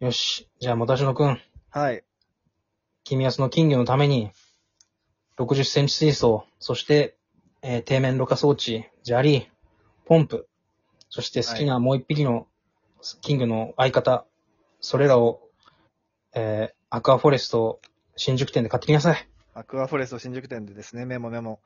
よし。じゃあ、もたしのくん。はい。君はその金魚のために、60センチ水槽、そして、えー底面ろ過装置、砂利、ポンプ、そして好きなもう一匹の金魚の相方、それらを、えーアクアフォレスト新宿店で買ってきなさい。アクアフォレスト新宿店でですね、メモメモ。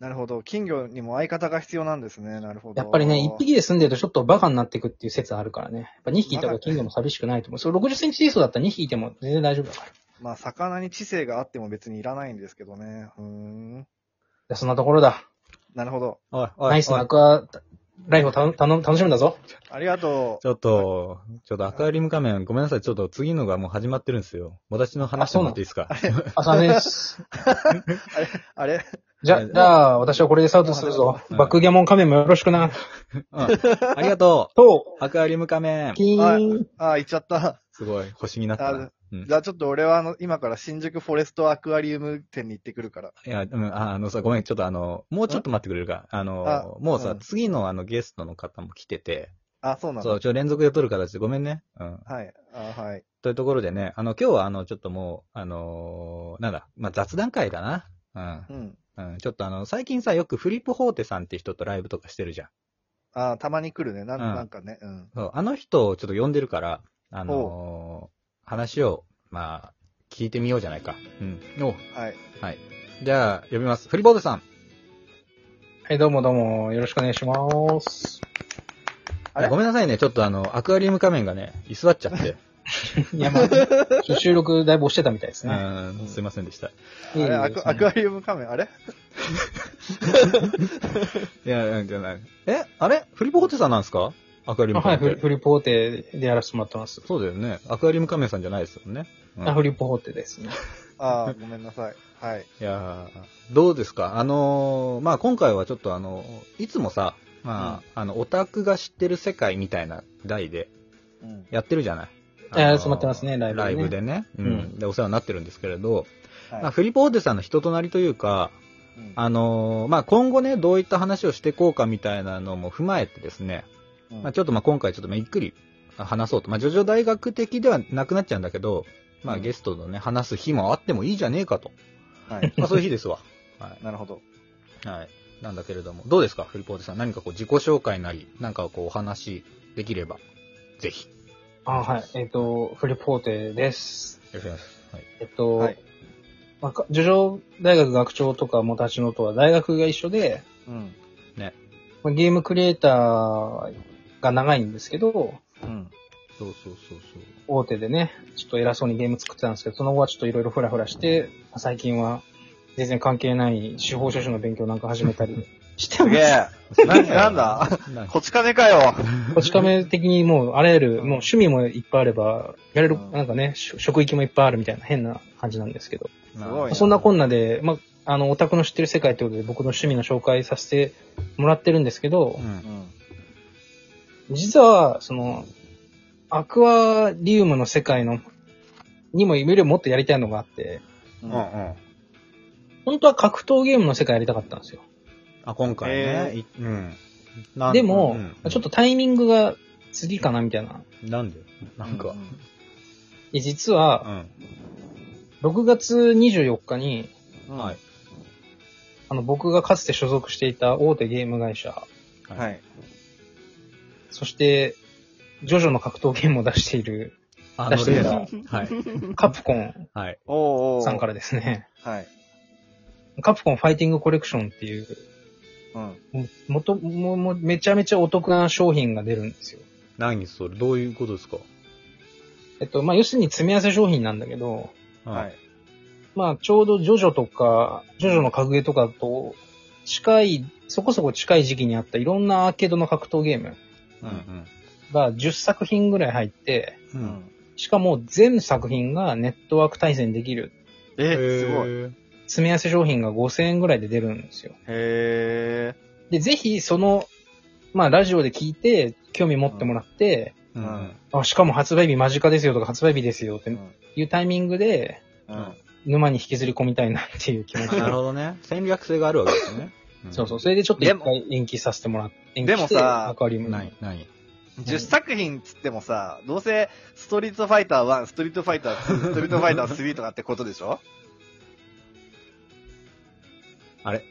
なるほど。金魚にも相方が必要なんですね。なるほど。やっぱりね、一匹で住んでるとちょっとバカになっていくっていう説あるからね。やっぱ2匹いたら金魚も寂しくないと思う。そう、60センチ水槽だったら2匹いても全然大丈夫だから。まあ、魚に知性があっても別にいらないんですけどね。うーん。じゃあそんなところだ。なるほど。おい、おナい、イスおないアクアライフをたの頼む楽しむんだぞ。ありがとちょっと、ちょっとアクアリウム仮面、ごめんなさい、ちょっと次のがもう始まってるんですよ。私の話してもらっていいですかあ、残念です。う。あれ じゃ、じゃあ、私はこれでスタートするぞ。うんバックギャモン仮面もよろしくな。うん。ありがとと、うアクアリウム仮面キーン。ああ、行っちゃった。すごい、星になったな。うん。じゃあちょっと俺はあの、今から新宿フォレストアクアリウム店に行ってくるから。いや、うん、ああのさ、ごめん、ちょっとあの、もうちょっと待ってくれるか。ああの、もうさ、うん次のあのゲストの方も来てて、あ、そうなそのう、ちょ、連続で撮る形でごめんね。うん。はい。あはい。というところでね、あの、今日はあの、ちょっともう、あのーなんだ、まあ、雑談会だな。うんうん。うん、ちょっとあの、最近さ、よくフリップホーテさんって人とライブとかしてるじゃん。あたまに来るね。なん,、うんなんかね。うん。そうあの人をちょっと呼んでるから、あのー話を、まあ、聞いてみようじゃないか。うん。おはい。はい。じゃあ、呼びます。フリーボードさん。はい、どうもどうも、よろしくお願いします。あれごめんなさいね。ちょっとあの、アクアリウム仮面がね、居座っちゃって。いや、まあ、ちょ収録だいぶ押してたみたいですうね。ん、すいませんでした。あれアクアクアリウム仮面、あれいや、じゃない。えあれフリーボーテさんなんですかアクアリウあムはい、フ仮面っリて。フリップホーテでやらせてもらってます。そうだよね。アクアリウム仮面さんじゃないですよね。うんあ、フリップホーテですね。ああ、ごめんなさい。はい。いやーどうですかあのーまあ、今回はちょっとあの、いつもさ、まあ、あの、オタクが知ってる世界みたいな題でうん。やってるじゃない。えーあのーそうなってますねライブでねライブでね。うん。うんで、お世話になってるんですけれど、はい。まあ、フリポーテさんの人となりというか、うんあのーまあ、今後ね、どういった話をしていこうかみたいなのも踏まえてですね、うんまあ、ちょっとまあ、今回ちょっとまあゆっくり話そうと。まあ、ジョジョ大学的ではなくなっちゃうんだけど、まあ、うんゲストとね、話す日もあってもいいじゃねえかと。はい。まあ、そういう日で すわ。はい。なるほど。はい。なんだけれども、どうですかフリポーテさん。何かこう自己紹介なり、何かこうお話できれば、ぜひ。よあ、はい、えっ、と、フリップホーテです。ろしくお願いします。はい。えっと、はいまあ、かジョジョ大学学長とかもたちのとは大学が一緒で、うん。まあゲームクリエイターが長いんですけど、うん。そうそうそうそう。大手でね、ちょっと偉そうにゲーム作ってたんですけど、その後はちょっといろいろフラフラして、最近は全然関係ない司法書士の勉強なんか始めた りしてすげます。え。ななんだなんこち亀かよ。こち亀的にもうあらゆる、もう趣味もいっぱいあれば、やれるう、んなんかね、し職域もいっぱいあるみたいな変な感じなんですけど。すごいそんなこんんなで、まあ、あの、オタクの知ってる世界ということで僕の趣味の紹介させてもらってるんですけどう、んう。ん。実は、その、アクアリウムの世界の、にもいろいろもっとやりたいのがあって、うん。ん。本当は格闘ゲームの世界やりたかったんですよ。あ、今回えね。いうん。なんでも、ちょっと。とタイミングが次かなみたいな。なんでなんうか。で実うは、ん。 6月24日に、うんはい。。あの、僕がかつて所属していた大手ゲーム会社、はいい。そして、ジョジョの格闘ゲームを出しているあ出のしてレるーダー。はい。カプコンはい。おうおうさんからですね、はい。カプコンファイティングコレクションっていう、うん。ももとも、も、めちゃめちゃお得な商品が出るんですよ。何それどういうことですかえっと、まあ、要するに詰め合わせ商品なんだけど、はい。。まあ、ちょうどジョジョとか、ジョジョの格ゲーとかと近い、そこそこ近い時期にあったいろんなアーケードの格闘ゲームうんうん。が10作品ぐらい入って、う。うんん。しかも全作品がネットワーク対戦できる、え、すごい。へへー。詰め合わせ商品が5000円ぐらいで出るんですよ。え。で、ぜひその、まあ、ラジオで聞いて、興味持ってもらって、うんううんん。あ、しかも発売日間近ですよとか発売日ですよっうてん。いうタイミングで、うん。沼に引きずり込みたいなっていう気 持ちなるほどね。戦略性があるわけですね。んそうそう。それでちょっと一回延期させてもらって、延期でもさアクアリウムにない、ない。 10作品っつってもさ、どうせ、ストリートファイター1、ストリートファイター2、ストリートファイター3とかってことでしょ あれ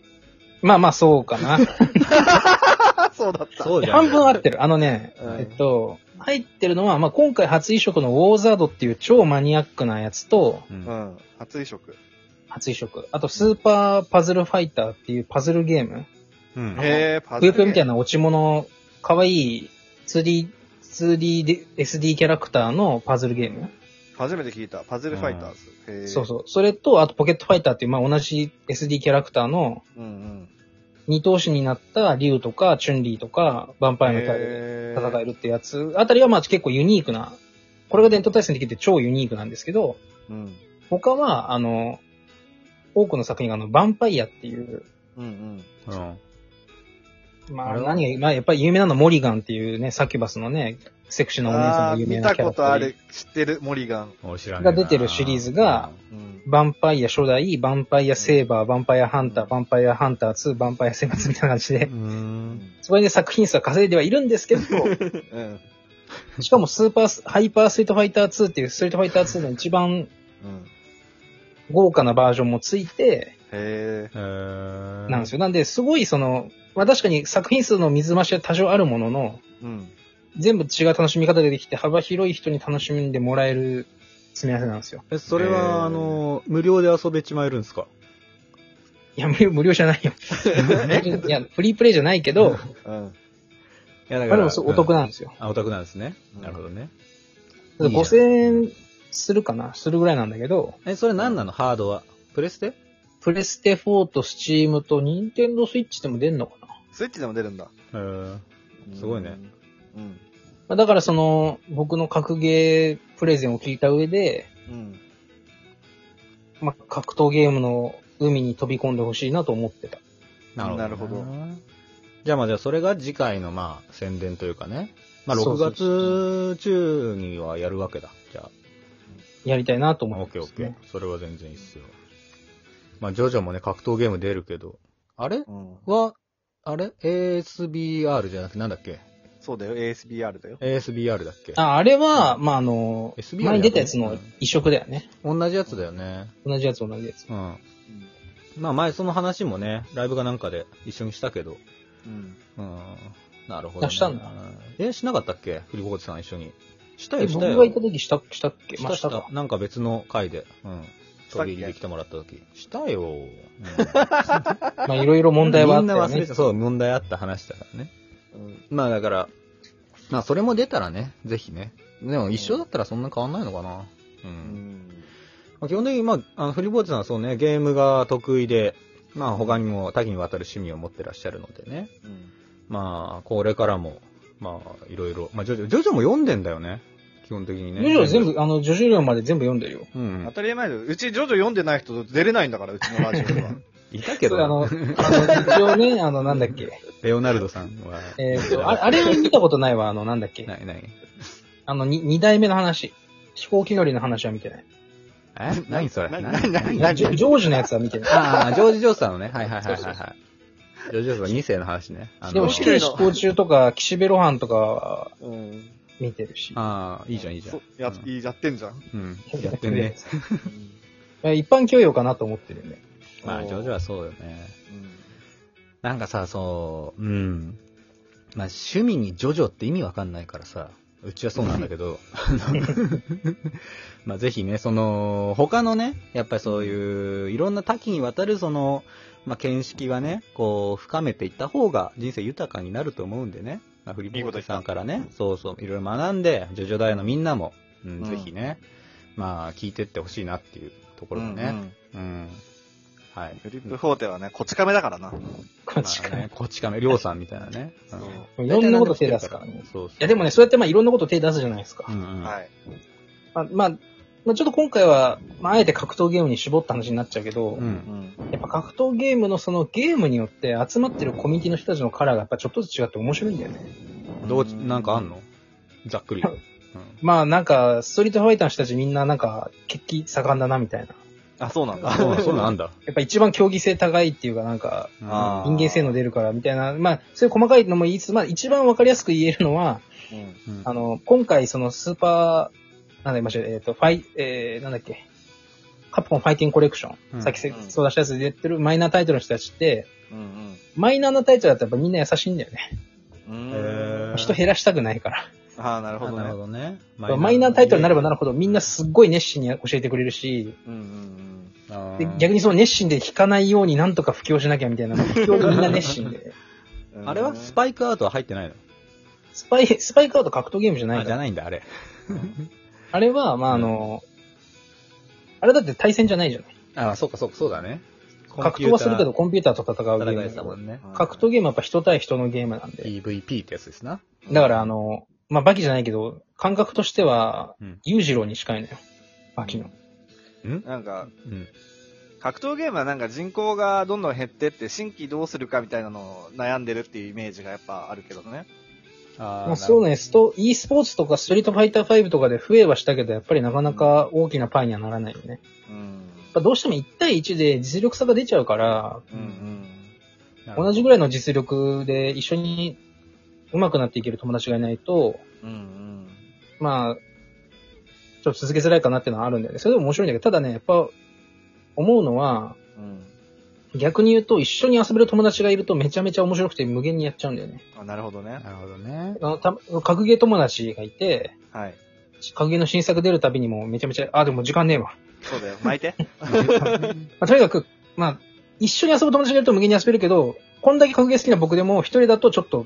まあまあ、そうかな。あ、そうだった。そうじゃん。半分合ってる。あのね、うんえっと、入ってるのは、まあ、今回初移植のウォーザードっていう超マニアックなやつと、う。うんん。初移植。初移植。あと、スーパーパズルファイターっていうパズルゲーム。うん。へえ、パぷよぷよみたいな。な落ち物、かわいい 2D、2D で SD キャラクターのパズルゲーム。初めて聞いた。パズルファイターズ。へえ。そうそう。それと、あと、ポケットファイターっていう、まあ、同じ SD キャラクターのう。うん二頭身になったリュウとかチュンリーとか、ヴァンうパん。イアのタイでへー戦えるってやつ、あたりはまあ結構ユニークな、これが伝統対戦できて超ユニークなんですけど、うん。他は、あの、多くの作品があの、ヴァンパイアっていう、うんうん。うん。まああ、れは何が、まあ、やっぱり有名なのはモリガンっていうね、サキュバスのね、セクシーなお姉さんあのー有名見なたキャラこクとタあーる。知ってる、モリガン。俺知らねえなが出てるシリーズが、うん。ヴァンパイア初代、ヴァンパイアセーバー、ヴァンパイアハンター、ヴァンパイアハンター2、ヴァンパイア選抜みたいな感じう。で、 うんん。それで作品数は稼いではいるんですけ ど、うん。しかもスーパース、ハイパーストリートファイター2っていうストリートファイター2の一番うん。豪華なバージョンもついて、へえ。へーなんですよ。なんで、すごいその、まあ確かに作品数の水増しは多少あるものの、うん。全部違う楽しみ方でできて、幅広い人に楽しんでもらえる詰め合わせなんですよ。え、それへーは、あの、無料で遊べちまえるんですかいや、無料、無料じゃないよ。 いや、フリープレイじゃないけど、うん。いや、だまあでもそうお得なんですよ。あ、お得なんですね。うんなるほどね。うん5000円するかなするぐらいなんだけど、え、それ何なのハードは。プレステプレステ4と Steam と Nintendo Switch でも出んのかなスイッチでも出るんだ。へーすごいねうん。まあだからその、僕の格ゲープレゼンを聞いた上で、うん。まあ、格闘ゲームの海に飛び込んでほしいなと思ってた。なるほど。なるほど。じゃあまあじゃあそれが次回のまあ宣伝というかね。まあそう6そう月中にはやるわけだ。じゃあ。やりたいなとまあ思オっッてケーますオッね、ケー。それは全然いいっすよ。まあジョジョもね、格闘ゲーム出るけど。あれうん。は、あれ ?ASBR じゃなくてなんだっけそうだよ、ASBR だよ。 ?ASBR だっけあ、あれは、まあ、あの、 SBI 前に出たやつの移植だよね。同じやつだよね。同じやつ同じやつ。うん。まあ前その話もね、ライブかなんかで一緒にしたけど。うん。うん。なるほど、ね。あしたんだえ、しなかったっけフリボーテさん一緒に。したえよ、し僕たよ。が行った時した、したっけしたしかた。。なんか別の回で。うん。した飛っけび入りで来てもらった時。したよ。うんまあ、いろいろ問題はあったよみんな忘ねれて。た。そう、問題あった話だからね。うん。まあだから、まあそれも出たらね、ぜひね。でも一緒だったらそんな変わんないのかな。うう。んん。まあ基本的に、まあ、あのフリーボーテさんはそうね、ゲームが得意で、まあ他にも多岐にわたる趣味を持ってらっしゃるのでね。うん。まあ、これからも、まあ、いろいろ。まあ、ジョジョ、ジョジョも読んでんだよね。基本的にね。徐々に全部、あの、徐々量まで全部読んでるよ。うん。う当ん。たり前だよ。うち、ジョジョ読んでない人出れないんだから、うちのラジオでは。いたけそどう、あの、あの、一応ね、あの、なんだっけ。レオナルドさんは。え っ、と、ああれは見たことないわ、あの、なんだっけ。ないない。あの、に二代目の話。飛行機乗りの話は見てない。え何それなななジョジョージのやつは見てない。ああ、ジョージ・ジョースさんのね。はいはいはいはいそうはい。ジョージ・ジョースさん2世の話ね。あでのも、死飛行刑機乗り執行中とか、岸辺露伴とかはうん。見てるし。ああ、いいじゃんいいじゃんそ。やう、んいいやってんじゃん。うん。やって んね。え一般教養かなと思ってるよね。まあ、ジョージはそうよね。なんかさ、そう、うん。まあ、趣味にジョジョって意味わかんないからさ、うちはそうなんだけ ど、あのまあ、ぜひね、その、他のね、やっぱりそういう、いろんな多岐にわたる、その、まあ、見識はね、こう、深めていった方が人生豊かになると思うんでね、まあ、フリポートさんからね、そうそう、いろいろ学んで、ジョジョ大のみんなも、うんうんぜひね、まあ、聞いてってほしいなっていうとこころだね。ね。うん、はい。フリップフォーテはね、こち亀だからな。こっちかまあら。いね、こっち亀、りょうさんみたいなね。うんいろんなこと手出すからねそうそう。や、でもね、そうやってまあいろんなこと手出すじゃないですか。うんうん。はい。まあ、まあ、まあ、ちょっと今回は、まあ、あえて格闘ゲームに絞った話になっちゃうけど、う。うんん。やっぱ格闘ゲームのそのゲームによって集まってるコミュニティの人たちのカラーがやっぱちょっとずつ違って面白いんだよね。どう、なんかあんのざっくり。うんまあなんか、ストリートファイターの人たちみんななんか、血気盛んだなみたいな。あ、そうなんだ。 そうそうなんだ。やっぱ一番競技性高いっていうか、なんか、あー人間性の出るからみたいな、まあ、そういう細かいのも言いつつ、まあ、一番わかりやすく言えるのは、うん。うんあの、今回、そのスーパー、なんだ言いましょう、えっ、と、ファイ、えー、なんだっけ、カプコンファイティングコレクション、うんさっきせそう出したやつで言ってるマイナータイトルの人たちって、うんマイナーなタイトルだとやっぱみんな優しいんだよね。うん。へー人減らしたくないから。ああ、なるほどなねる。ほどね。マイナータイトルになればなるるほど、みんなすっごい熱心に教えてくれるし、うんうんほで逆にその熱心で弾かないようになんとか布教しなきゃみたいな、布教でみんな熱心で。うん。あれはスパイクアウトは入ってないのスパイ、スパイカード格闘ゲームじゃないあかじゃら。ないんだ、あれ。あれは、まあ、あの、あれだって対戦じゃないじゃない。あ、そうか、そうか、そうだね。格闘はするけど、コンピューターと戦うゲ戦ーいムだもんね。格闘ゲームはやっぱ人対人のゲームなんで。 PVP ってやつですな。だから、あの、まあ、バキじゃないけど、感覚としてはうん、裕次郎に近いのよ。バキの。うんなんか、うん。格闘ゲームはなんか人口がどんどん減ってって、新規どうするかみたいなのを悩んでるっていうイメージがやっぱあるけどね。あまあ、そうね。ね、スト、e スポーツとかストリートファイター5とかで増えはしたけど、やっぱりなかなか大きなパイにはならないよね。うん。やっぱどうしても1対1で実力差が出ちゃうから、うんうん。同じぐらいの実力で一緒に上手くなっていける友達がいないと、うんうん。まあ、ちょっと続けづらいかなってのはあるんだよね。それでも面白いんだけど、ただね、やっぱ思うのは、うん。逆に言うと一緒に遊べる友達がいるとめちゃめちゃ面白くて無限にやっちゃうんだよね。あ、なるほどね。なるほど ね。あの、た、格ゲー友達がいて、はい。格ゲーの新作出るたびにもうめちゃめちゃ、あ、でも時間ねえわ。そうだよ。巻い て。まあ、とにかく、まあ、一緒に遊ぶ友達がいると無限に遊べるけど、こんだけ格ゲー好きな僕でも、一人だとちょっと、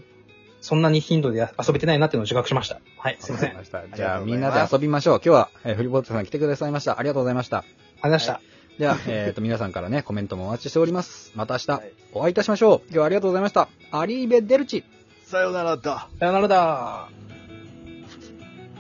そんなに頻度で遊べてないなっていうのを自覚しました。はい、すいません。ありがとうわかりすましたじゃあ、みんなで遊びましょう。今日は、えーフリーボートさん来てくださいました。ありがとうございました。ございました。では、えっと、皆さんからね、コメントもお待ちしております。また明日はい、お会いいたしましょう。今日はありがとうございました。アリーベ・デルチ。さよならだ。さよならだ。